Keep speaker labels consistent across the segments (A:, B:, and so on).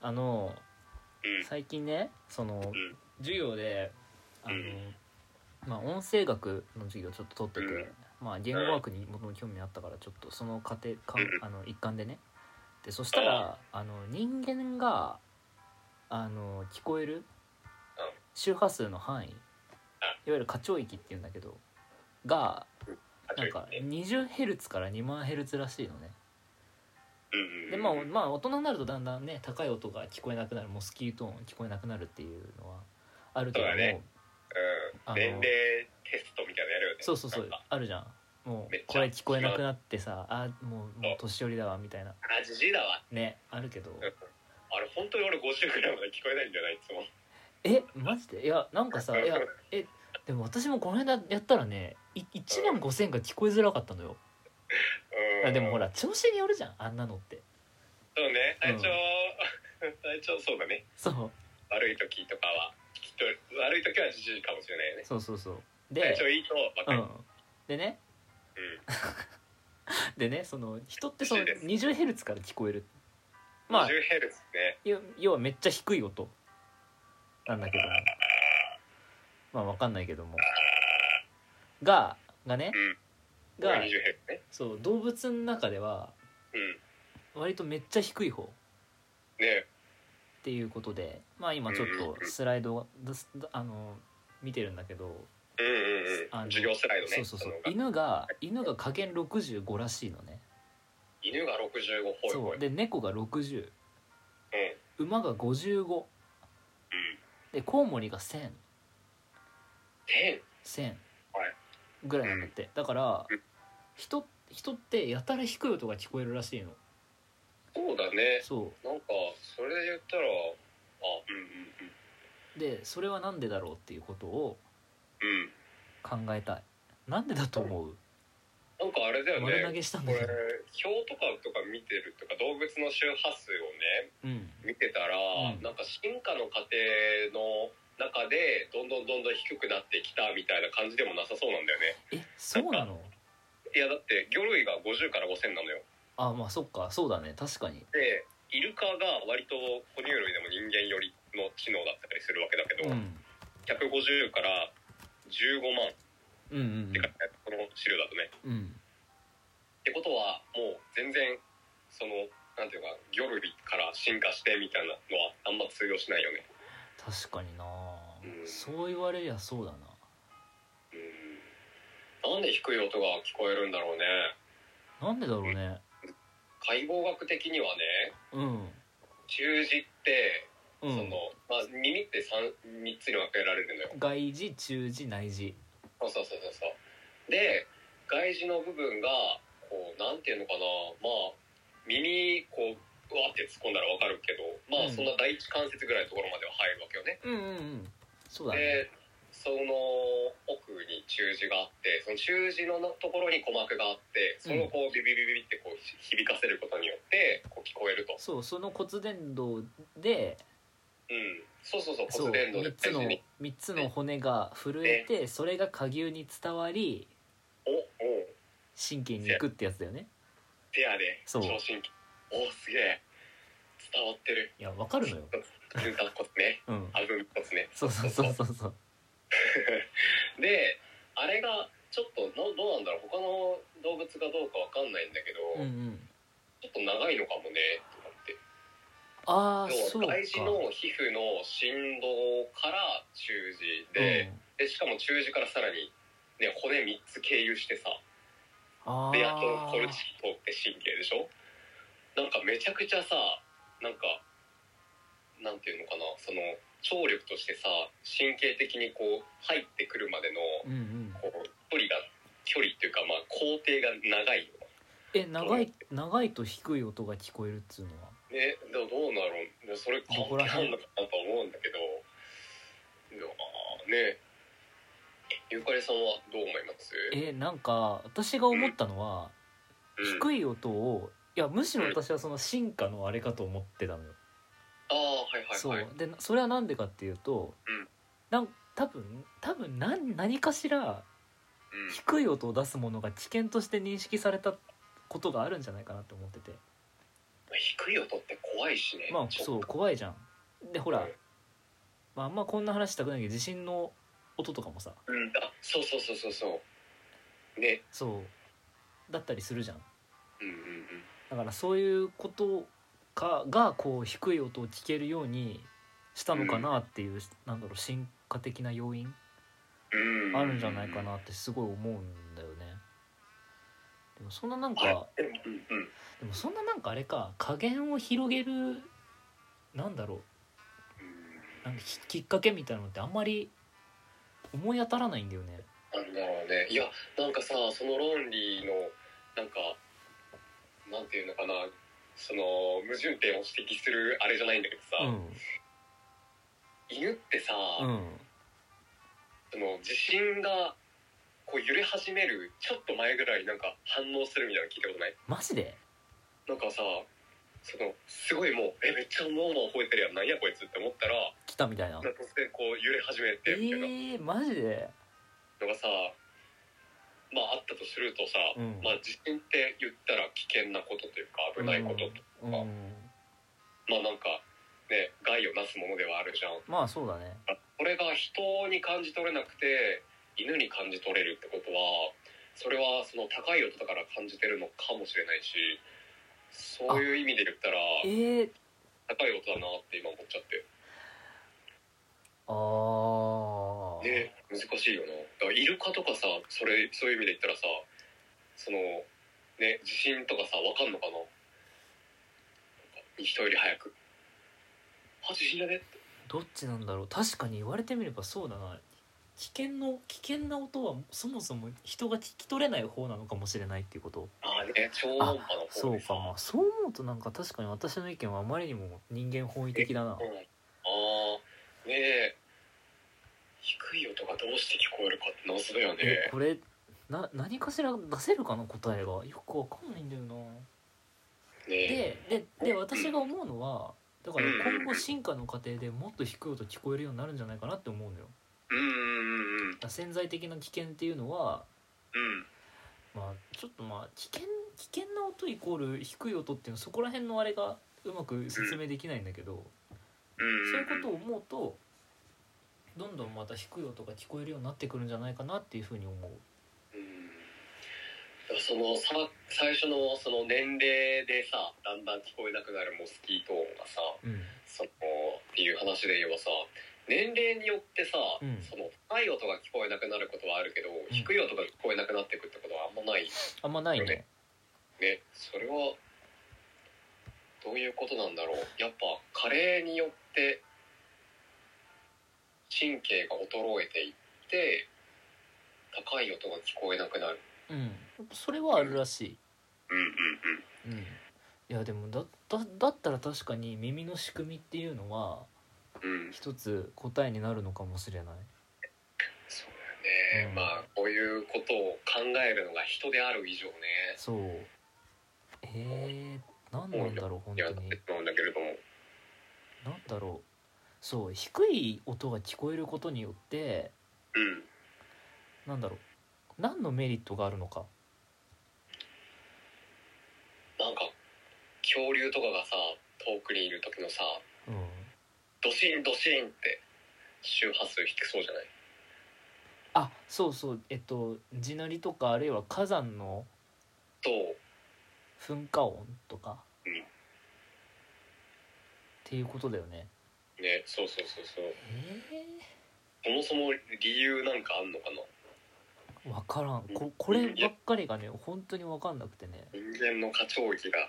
A: あの
B: うん
A: 最近ねその
B: うん
A: 授業であの、
B: うん
A: まあ、音声学の授業をちょっと取ってて、
B: うん
A: まあ、言語学にもともと興味あったからちょっとその過程かん
B: うん
A: あの一環でねでそしたらあの人間があの聞こえる周波数の範囲いわゆる過聴域っていうんだけどが
B: あ
A: なんか
B: ちょいね
A: 20Hz から2万 Hz らしいのね。
B: うんうん
A: でまあまあ大人になるとだんだんね高い音が聞こえなくなるモスキートーン聞こえなくなるっていうのはあるけども
B: そうだね
A: あの
B: うん年齢テストみたいなのやるよね
A: そうそうそう
B: なんか
A: あるじゃんも
B: めっち
A: う
B: ゃ
A: これ聞こえなくなってさあもうもう
B: そう
A: 年寄りだわみたいな
B: あじじいだわ
A: ねあるけど
B: うんあれ本当に俺50ぐらいまで聞こえないんじゃないいつも
A: えマジでいやなんかさいやえでも私もこの間やったらね1万5000が聞こえづらかったのよ
B: うん
A: あでもほら調子によるじゃんあんなのって
B: そうね体調、
A: う
B: 体調そうだね
A: そう
B: 悪い時とかはきっと悪い時はじじいかもしれないよね
A: そうそうそう
B: 体
A: で
B: 調いいとば
A: う
B: かり
A: んでね
B: うん
A: でねその人ってその
B: 不思
A: 20Hz から聞こえるまあ
B: 10Hz ね
A: 要要はめっちゃ低い音なんだけどもまあわかんないけどもががね
B: これ
A: が
B: 20Hz ね
A: そう動物の中では
B: うん
A: 割とめっちゃ低い方っ
B: ね
A: ていうことでまあ今ちょっとスライドをだすだあの見てるんだけど、
B: うんうん
A: あ
B: うん
A: の
B: 授業スライドね
A: そうそうそう
B: のが
A: 犬が犬が加減65らしいのね
B: 犬が65ほいほ
A: そ
B: いう
A: で猫が60
B: うんうん
A: 馬が55でコウモリが1000
B: 10
A: 1000
B: はい
A: ぐらいなんだって、だから
B: うん
A: 人人ってやたら低い音が聞こえるらしいの
B: そうだね
A: そ
B: なんかそれで言ったらあうんうん
A: うでそれはなんでだろうっていうことを
B: うんうん
A: 考えたいなんでだと思う
B: なんかあれだよ
A: 丸投
B: ね
A: げしたん
B: こ
A: だけ
B: れ
A: ど
B: 表とかとか見てるとか動物の周波数をね
A: うん
B: 見てたら、
A: うん
B: なんか進化の過程の中でどんどんどんどん低くなってきたみたいな感じでもなさそうなんだよね
A: えそうなの
B: いやだって魚類が50から5000なのよ
A: あまあそっかそうだね確かに
B: でイルカが割と哺乳類でも人間寄りの知能だったりするわけだけど、
A: うん
B: 150から15万っ
A: うんうん
B: て書いてあるこの資料だとね。
A: うんうん
B: ってことはもう全然そのなんていうか魚類から進化してみたいなのはあんま通用しないよね。
A: 確かにな
B: うん
A: そう言われりゃそうだな
B: うんなんで低い音が聞こえるんだろうね。
A: なんでだろうね
B: 解剖学的にはね
A: うん
B: 中耳って、
A: う
B: そ
A: ん
B: のまあ、耳って 3, 3つに分けられるのよ。
A: 外耳中耳内耳
B: そうそうそうそうそうで外耳の部分がこうなんていうのかなまあ耳こううわって突っ込んだらわかるけど
A: う
B: まあ
A: ん
B: そんな第一関節ぐらいのところまでは入るわけよね、
A: うんうんうんそうだね
B: でその奥に中耳があってその中耳のところに鼓膜があってそれをこうビビビビビってこう響かせることによってこう聞こえると、
A: そうその骨伝導で
B: うん、そうそうそう
A: そう
B: 骨伝導
A: 3
B: で
A: つの
B: 大事に
A: 三つの骨が震えてそれが下牛に伝わり
B: おお
A: 神経に行くってやつだよね
B: 手やで
A: そ
B: 聴
A: う
B: 診器おすげえ伝わってる
A: いやわかるのよ
B: 文化骨ね
A: うん
B: あ文化骨ね
A: そうそうそうそうそう
B: であれがちょっとのどうなんだろう他の動物がどうかわかんないんだけど、
A: うんうん
B: ちょっと長いのかもねとかって
A: ああ
B: 要
A: そうか
B: は大事の皮膚の振動から中
A: う
B: 耳で,、
A: ん
B: でしかも中耳からさらに、ね、骨3つ経由してさ
A: あ
B: でやっとコ
A: ー
B: ルチキ通って神経でしょなんかめちゃくちゃさなんかなんていうのかなその聴力としてさ神経的にこう入ってくるまでの
A: うんうん
B: こう距離が距離っていうかまあ工程が長いよ
A: え長い長いと低い音が聞こえるっつうのは
B: ねどどうなのそれ関係あるのかなと思うんだけどいやーねゆかりさんはどう思います、
A: えなんか私が思ったのは
B: うん、
A: 低い音をいやむしろ私はその進化のあれかと思ってたのよ
B: ああはいはい
A: そ
B: はいう
A: でそれはなんでかっていうと、
B: うん
A: なん多分多分何何かしら
B: うん
A: 低い音を出すものが危険として認識されたことがあるんじゃないかなって思ってて
B: まあ低い音って怖いしね
A: まあ
B: ちょっ
A: そう
B: と
A: 怖いじゃんでほら
B: うん、
A: まあ、あんまこんな話したくないけど地震の音とかもさ
B: うん、あそうそうそうそうそうね
A: そうだったりするじゃん
B: うんうんうん
A: だからそういうことかがこう低い音を聞けるようにしたのかなっていう、なんだろう進化的な要因
B: うん
A: あるんじゃないかなってすごい思うんだよねでもそんななんか、
B: はうんうん
A: でもそんななんかあれか加減を広げるなんだろうなんかききっかけみたいなのってあんまり思い当たらないんだよね
B: なんだろうねいやなんかさその論理のなんかなんていうのかなその矛盾点を指摘するあれじゃないんだけどさ、
A: う
B: 犬ってさ、
A: んうん
B: その地震がこう揺れ始めるちょっと前ぐらいなんか反応するみたいなの聞いたことない
A: マジで
B: なんかさそのすごいもう「えめっちゃ物を吠えてるやんなんやこいつ」って思ったら
A: 来たみたいな
B: なんか突然こう揺れ始め
A: え
B: てみたいな
A: ー、マジで
B: のがさまああったとするとさ、
A: うん
B: まあ地震って言ったら危険なことというか危ないことと、
A: うんうん
B: まあなんかね害をなすものではあるじゃん
A: まあそうだね
B: これが人に感じ取れなくて犬に感じ取れるってことはそれはその高い音だから感じてるのかもしれないしそういう意味で言ったら
A: えー、
B: 高い音だなって今思っちゃって
A: ああ、
B: ね難しいよなだからイルカとかさそれそういう意味で言ったらさそのね地震とかさ分かんのかななんか人より早く「あ地震だね」って
A: どっちなんだろう確かに言われてみればそうだな危険の危険な音はそもそも人が聞き取れない方なのかもしれないっていうこと
B: ああね超音波の
A: そう
B: 方でさ
A: かもそう思うとなんか確かに私の意見はあまりにも人間本位的だな
B: うん、ああねえ低い音がどうして聞こえるかって謎だよ
A: え
B: ね
A: これな何かしら出せるかな答えがよくわかんないんだよな
B: ねえ
A: ででで私が思うのはだから今後進化の過程でもっと低い音聞こえるようになるんじゃないかなって思うのよ
B: うんうんうんうん
A: だから潜在的な危険っていうのは
B: うん
A: まあちょっとまあ危険危険な音イコール低い音っていうのそこら辺のあれがうまく説明できないんだけど、
B: うん
A: そういうことを思うとどんどんまた低い音が聞こえるようになってくるんじゃないかなっていうふうに思う。
B: うんだからそのさ最初のその年齢でさだんだん聞こえなくなるモスキート音がさ
A: うん、
B: そのっていう話で言えばさ年齢によってさ、
A: うん
B: その高い音が聞こえなくなることはあるけど、低い音が聞こえなくなってくってことはあんまない
A: あんまないね。
B: ねそれはどういうことなんだろうやっぱ加齢によって神経が衰えていって高い音が聞こえなくなる
A: うん、それはあるらしい。
B: うんうん
A: うん、いやでもだだだったら確かに耳の仕組みっていうのは
B: うんうん
A: 一つ答えになるのかもしれない。
B: そうだよね、
A: うん
B: まあこういうことを考えるのが人である以上ね
A: そう。えー、何なんだろう本
B: いや
A: 当
B: なっ
A: に
B: て。しまうんだけれども
A: なんだろうそう低い音が聞こえることによって
B: うん
A: なんだろう何のメリットがあるのか
B: なんか恐竜とかがさ遠くにいる時のさ
A: うん
B: ドシンドシンって周波数低そうじゃない
A: あそうそうえっと地鳴りとかあるいは火山の
B: と
A: 噴火音とか、
B: うん
A: っていうことだよね
B: ねそうそうそうそう
A: え
B: そもそも理由なんかあんのかな
A: ー、分からんここればっかりがね本当に分かんなくてね
B: 人間の過聴域が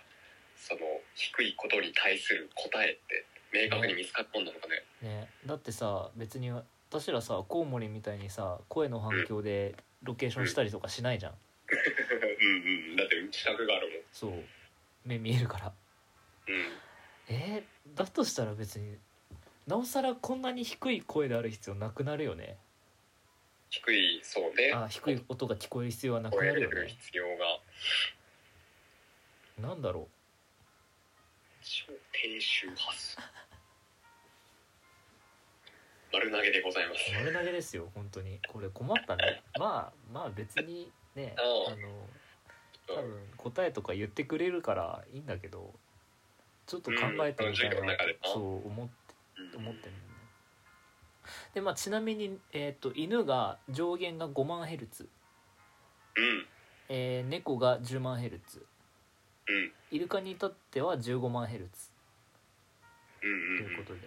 B: その低いことに対する答えって明確に見つかったんなのかね
A: ねだってさ別に私らさコウモリみたいにさ声の反響でロケーションしたりとかしないじゃん
B: うんうんだって資格があるもん
A: そう目見えるから
B: うん
A: えー、だとしたら別になおさらこんなに低い声である必要なくなるよね
B: 低いそうね
A: あ低い音が聞こえる必要はなく
B: 声
A: な
B: え
A: る
B: る
A: よね
B: 必要が
A: なんだろ
B: 超低周波数丸投げでございます
A: う丸投げですよ本当にこれ困ったねまあまあ別にね
B: うん
A: あの多分答えとか言ってくれるからいいんだけどちょっと考えてみたい
B: うんうん
A: な
B: 授業の中でな
A: そう思って
B: うん
A: 思ってるんだよねでまあちなみに、えー、と犬が上限が5万ヘルツ、
B: うん
A: えー猫が10万ヘルツ
B: うん
A: イルカに至っては15万ヘルツ
B: うん
A: と
B: うん
A: いうことで、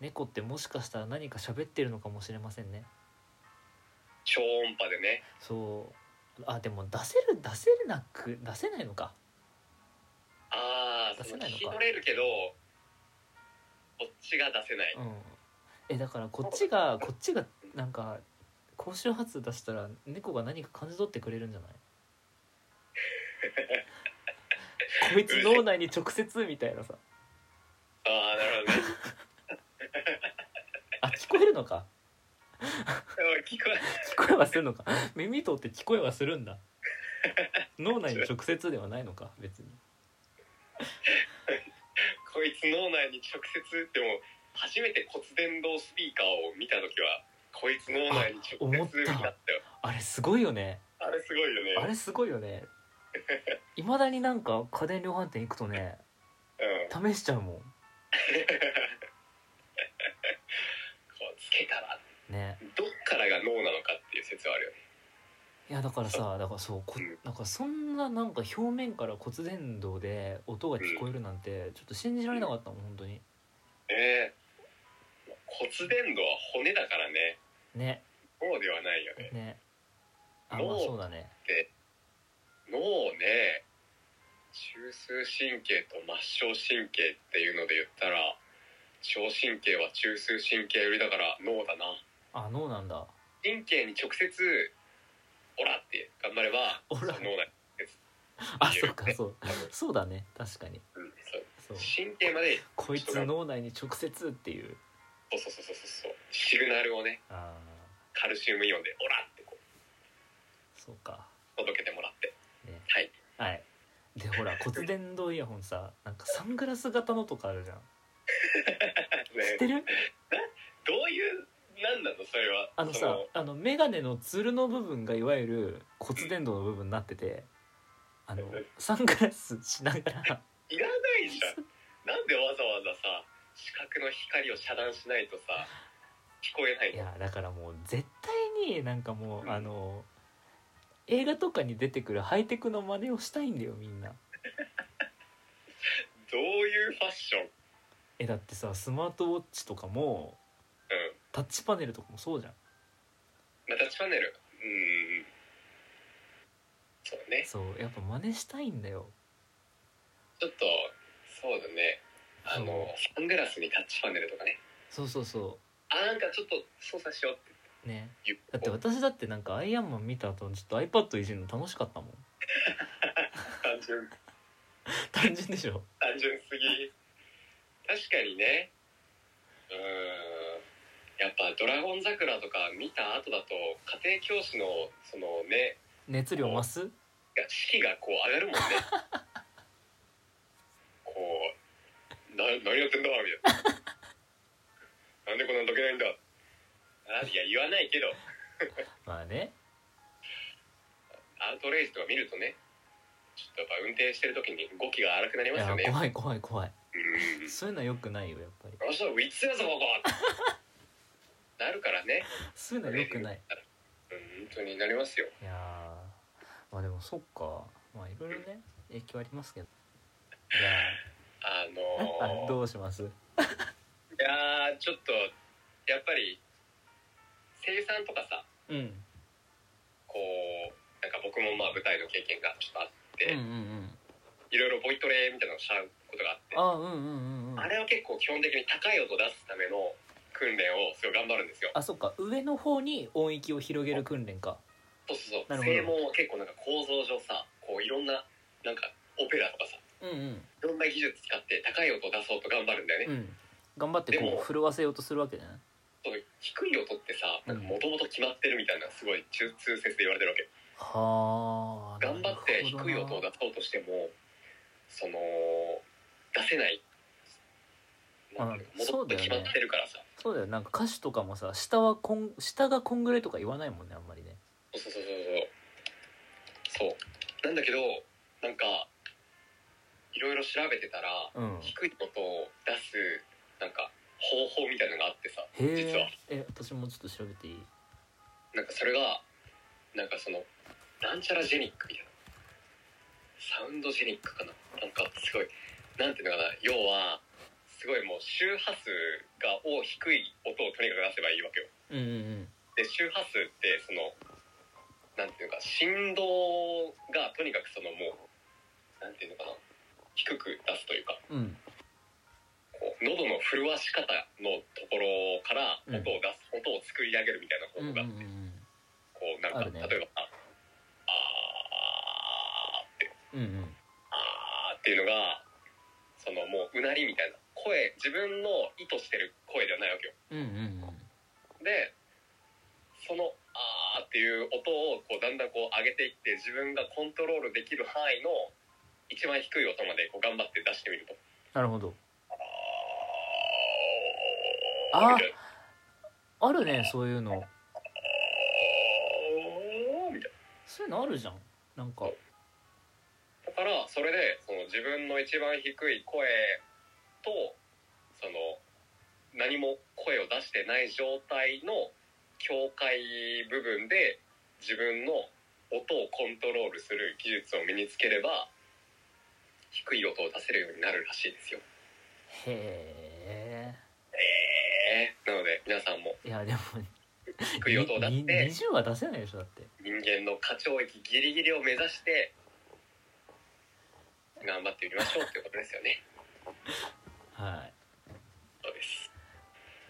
A: 猫ってもしかしたら何か喋ってるのかもしれませんね
B: 超音波でね
A: そうあでも出せる出せなく出せないのか
B: ああ
A: 出せ
B: その
A: ないの
B: 聞
A: か
B: き取れるけどこっちが出せない、
A: うんえだからこっちがこっちがなんか高周波数出したら猫が何か感じ取ってくれるんじ ゃないこいつ脳内に直接みたいなさ
B: ああなるほど ね
A: あ聞こえるのか
B: うん聞こえ
A: 聞こえはするのか 耳通って聞こえはするんだ脳内に直接ではないのか別に
B: こいつ脳内に直接でも初めて骨伝導スピーカーを見た時はこいつ脳内に直接
A: あ思った
B: 見たったよ
A: あれすごいよね
B: あれすごいよね
A: あれすごいよねいまだになんか家電量販店行くとね
B: う
A: 試
B: ん
A: しちゃうも
B: こうつけた
A: ん
B: ら
A: ね
B: どっからが脳なのかっていう説はあるよね
A: いやだからさだからそうこ
B: うん
A: なんかそんななんか表面から骨伝導で音が聞こえるなんてちょっと信じられなかったもん本当に
B: ええ骨伝導は骨だからね
A: ね
B: 脳ではないよね
A: ねあまあそうだね
B: 脳ね中枢神経と末梢神経っていうので言ったら小神経は中枢神経よりだから脳だな
A: あ脳なんだ
B: 神経に直接「オラ!」って頑張れば
A: オラ
B: そう脳内、
A: あそうかそう
B: 多分
A: そうだね確かに
B: うん、そう
A: そう
B: 神経まで
A: こいつ脳内に直接っていう
B: そうそうそうそうそうシグナルをね
A: あ
B: カルシウムイオンで「オラ!」ってこう
A: ーそうか
B: 届けてもらって
A: ね
B: はい
A: はいでほ ら骨伝導イヤホンさなんかサングラス型のとかあるじゃん知っ
B: ね
A: てる
B: どういうなんなのそれは
A: あの
B: そ
A: さあの眼鏡のつるの部分がいわゆる骨伝導の部分になっててあのサングラスしながら
B: いらないじゃんなんでわざわざさ視覚の光を遮断しないとさ聞こえない
A: い
B: の
A: やだからもう絶対になんかも
B: う
A: うんあの映画とかに出てくるハイテクの真似をしたいんだよみんな
B: どういうファッション
A: えだってさスマートウォッチとかも
B: うん
A: タッチパネルとかもそうじゃん
B: またチャンネルうんそうね
A: そうやっぱ真似したいんだよ
B: ちょっとそうだねあのサングラスにタッチパネルとかね
A: そうそうそ
B: あなんかちょっと操作しようって
A: うね
B: 言う
A: だって私だってなんかアイアンマン見た後にちょっと iPad いじるの楽しかったもん
B: 単純
A: 単純でしょ
B: 単純すぎ確かにねうーんやっぱ「ドラゴン桜」とか見た後だと家庭教師のそのね
A: 熱量増す
B: が士気がこう上がるもんね こうな「何やってんだ」みたいな「なんでこんなんどけないんだ」あいや言わないけど
A: まあね
B: アウトレイジとか見るとねちょっとやっぱ運転してる時に語気が荒くなり
A: い
B: ます
A: や
B: よね
A: 怖い怖い怖い
B: うん
A: そういうのはよくないよやっ ぱり
B: あの人いつやぞここなるからね
A: そういうのはよくない
B: うん本当になりますよ
A: いやーまあでもそっかまあいろいろね影響ありますけどい
B: あ
A: やーあ
B: の
A: どうします
B: ー、いやーちょっとやっぱり生産とかさ
A: うんうん
B: こうなんか僕もまあ舞台の経験がちょっとあって、
A: うんうん
B: いろいろボイトレみたいなのをしちゃうことがあっ
A: あ
B: て
A: ーうんうんうんうん
B: あれは結構基本的に高い音を出すための訓練をすごい頑張るんですよ
A: あそっか上の方に音域を広げる訓練か
B: そうそうそ
A: な
B: う
A: るほど
B: 正門は結構なんか構造上さこういろんななんかオペラとかさ
A: うんうん
B: いろんな技術使って高い音を出そうと頑張るんだよ
A: うん
B: ね、
A: 頑張って
B: で
A: こう
B: も
A: 震わせようとするわけじゃない
B: その低い音ってさ
A: うん
B: もともと決まってるみたいなすごい中通説で言われてる
A: はあ
B: わけ頑張って低い音を
A: だ
B: 出そうとしてもその出せない
A: あそ
B: も
A: う
B: と
A: だよね
B: もと決まってるからさ
A: そうだよなんか歌手とかもさ下はこん下がこんぐらいとか言わないもんねあんまりね
B: そうそうそうそうそうなんだけどなんかいろいろ調べてたら
A: うん
B: 低い音を出すなんか方法みたいなのがあってさ
A: へー
B: 実は
A: え私もちょっと調べていい
B: なんかそれがなんかそのなんちゃらジェニックみたいなサウンドジェニックかななんかすごいなんていうのかな要はすごいもう周波数がを低い音をとにかく出せばいいわけよ
A: うんうん
B: で周波数ってそのなんていうのか振動がとにかくそのもうなんていうのかな低く出すというか
A: うんうん
B: こう喉の震わし方のところから音を出す、音を作り上げるみたいな
A: うんう
B: こと
A: んう
B: が、
A: ん
B: こうなん
A: あ
B: か、
A: るね
B: 例えば「ああー」って
A: うんうん
B: 「あー」っていうのがそのもううなりみたいな声自分の意図してる声ではないわけよ
A: うんうん
B: でその「あー」っていう音をこうだんだんこう上げていって自分がコントロールできる範囲の一番低い音までこう頑張って出してみると
A: なるほど
B: 「
A: あー
B: みたいな
A: あるねそういうの
B: あーみたいな。
A: そういうのあるじゃんなんか
B: だからそれでその自分の一番低い声とその何も声を出してない状態の境界部分で自分の音をコントロールする技術を身につければ低い音を出せるようになるらしいですよ。
A: へ
B: えーなので皆さんも
A: えいやでも
B: 低い音を出
A: に
B: し
A: に
B: て
A: 20は出せないでしょだって
B: 人間の過聴域ギリギリを目指して頑張ってみましょうってことですよね。
A: は
B: そうです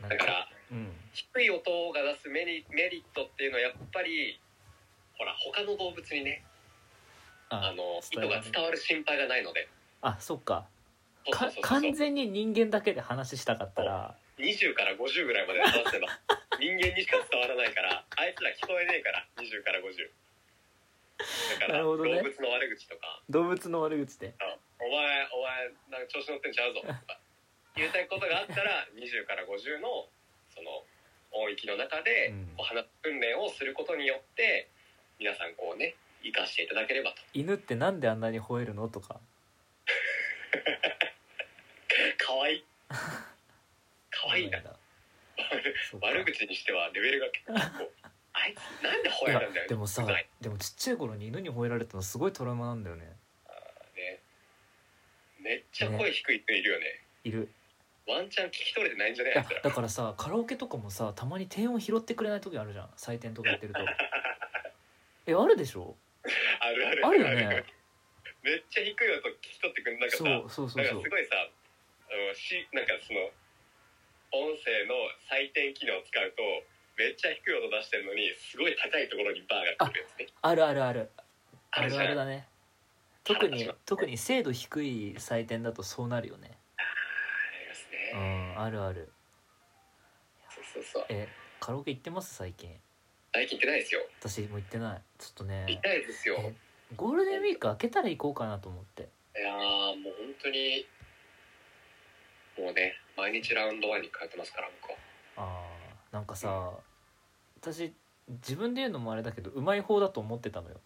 A: いなん
B: だから
A: うん
B: 低い音が出すメリメリットっていうのはやっぱりほら他の動物にねあの意図が伝わる心配がないので
A: あそっか
B: そうそ
A: か
B: うそうそう
A: 完全に人間だけで話したかったら
B: 20から50ぐらいまで話せば 人間にしか伝わらないからあいつら聞こえねえから20から50だか
A: な
B: ら
A: るほどね
B: 動物の悪口とか
A: 動物の悪口で
B: 「お前お前なんか調子乗ってんちゃ うぞ」とか言いたいことがあったら20から50のその音域の中で
A: うん
B: こう話す訓練をすることによって皆さんこうね生かしていただければと。
A: 犬ってなんであんなに吠えるのとか
B: かわいいかわいいな
A: そうなんだそ っか
B: 悪口にしてはレベルが結構 あいつなんで吠えるんだよ
A: いやでもさ
B: うざい
A: でもちっちゃい頃に犬に吠えられたのすごいトラウマなんだよね
B: ねめっちゃ声低い人いるよね
A: いる
B: ワンチャン聞き取れてないんじゃない
A: い
B: や
A: や
B: つら
A: だからさカラオケとかもさたまに低音拾ってくれない時あるじゃん採点とかやってる とえあるでしょ
B: あるある
A: あるよね
B: めっちゃ低い音聞き取ってくんなんか
A: そ
B: さなん
A: う
B: か
A: そう
B: す
A: そ
B: ご
A: う
B: い
A: そう
B: さあのしなんかその音声の採点機能を使うとめっちゃ低い音出してるのにすごい高いところにバーが来るやつね
A: あるあるある
B: あ
A: あ
B: るじ
A: る
B: ゃん
A: あるだね特
B: ある
A: に
B: じゃん
A: 特に精度低い採点だとそうなるよね
B: あります
A: う
B: ね
A: んあるある
B: そうそうそう
A: えカラオケ行ってます最近
B: 最近行ってないですよ
A: 私も行ってないちょっと
B: 行
A: ね
B: きたいですよ
A: えゴールデンウィーク明けたら行こうかなと思って
B: いやーもう本当にもうね毎日ラウンドワンに通ってますから僕は
A: あーなんかさ私自分で言うのもあれだけどうまい方だと思ってたのよ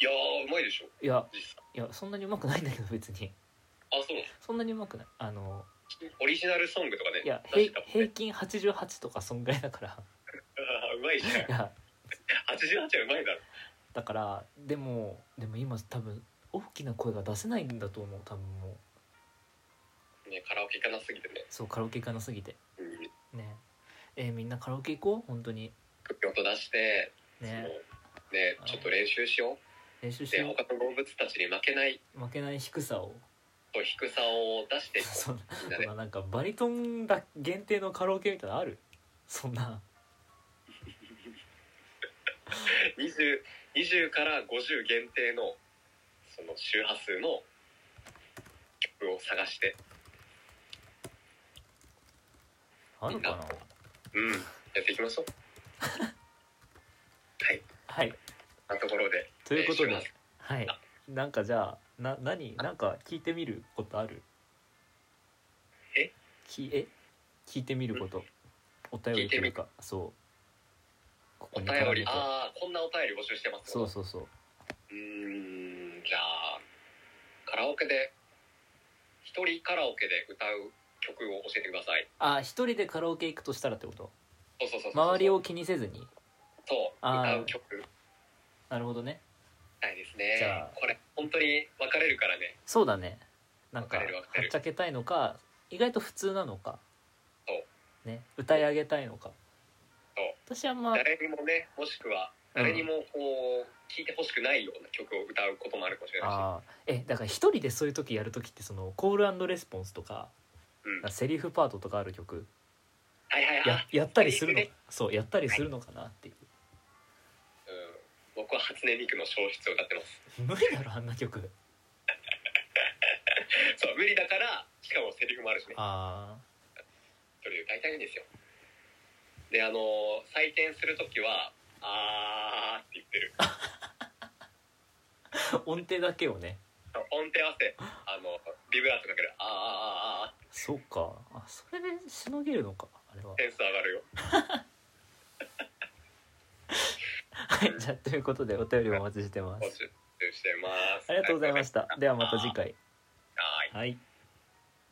B: いやーうまいでしょ
A: いや
B: 実際
A: いやそんなにうまくないんだけど別に
B: あそうなの
A: そんなにうまくないあの
B: オリジナルソングとかね
A: いや
B: 出
A: 平
B: してたもん
A: 平
B: ね
A: 均88とかそんぐらいだから
B: あーうまいじゃん
A: いや
B: 88はうまいだろ
A: だからでもでも今多分大きな声が出せないんだと思う多分もう
B: ねカラオケ行かなすぎてね
A: そうカラオケ行かなすぎて
B: うん
A: ねえーみんなカラオケ行こう本当に
B: 音出して
A: ね
B: もうねちょっと練習しよ
A: 練習
B: う
A: し
B: で
A: よ
B: 他の動物たちに負けないう
A: 負けない低さを
B: と低さを出してい こ
A: そんな
B: うみんなで
A: そんななんかバリトンだ限定のカラオケみたいなのあるそんな
B: 20, 20から50限定のその周波数の曲を探して
A: あるかな
B: うんやっていきましょうはい
A: はい
B: あのところで
A: ということ
B: えー
A: で
B: 周波数
A: はい
B: あ
A: なんかじゃあな何なんか聞いてみることある
B: え
A: きえ聞いてみることお便りというかそうこ
B: お
A: に絡
B: 便
A: め
B: り
A: て
B: ああこんなお便り募集してます
A: そう
B: う
A: そうそう
B: うーんじゃあカラオケで一人カラオケで歌う曲を教えてください
A: あ一人でカラオケ行くとしたらってこと
B: そうそうそうそう
A: 周りを気にせずに
B: そう
A: あー
B: 歌う曲
A: なるほどね
B: ないですね
A: じゃあ
B: これ本当に分かれるからね
A: そうだねなんか
B: わ
A: は
B: かるわかる
A: っちゃけたいのか意外と普通なのか
B: そ
A: ね歌い上げたいのか
B: そ
A: 私はまあ
B: 誰にもねもしくは誰にもこう聴いてほしくないような曲を歌うこともあるかもしれないし
A: あーえだから一人でそういう時やる時ってそのコールレスポンスとか
B: うん
A: セリフパートとかある曲
B: はいはいはい
A: ややったりするの
B: セリ
A: そうやったりするのかなっていう
B: うん、僕は初音ミクの消失を歌ってます
A: 無理だろあんな曲
B: そう無理だからしかもセリフもあるしね
A: あ
B: それで歌いたいんですよであのー採点する時は「あー」って言ってる
A: あ音程だけをね
B: 音程合わせあのビブラートかける「あーあーあーあー
A: そうかあそれでしのげるのかあれは」
B: 点数上がるよ
A: はいじゃあということでお便りお待ちしてま
B: 募
A: す
B: 集してます
A: ありがとうございま
B: し
A: したではまた次回
B: たは
A: は
B: い
A: い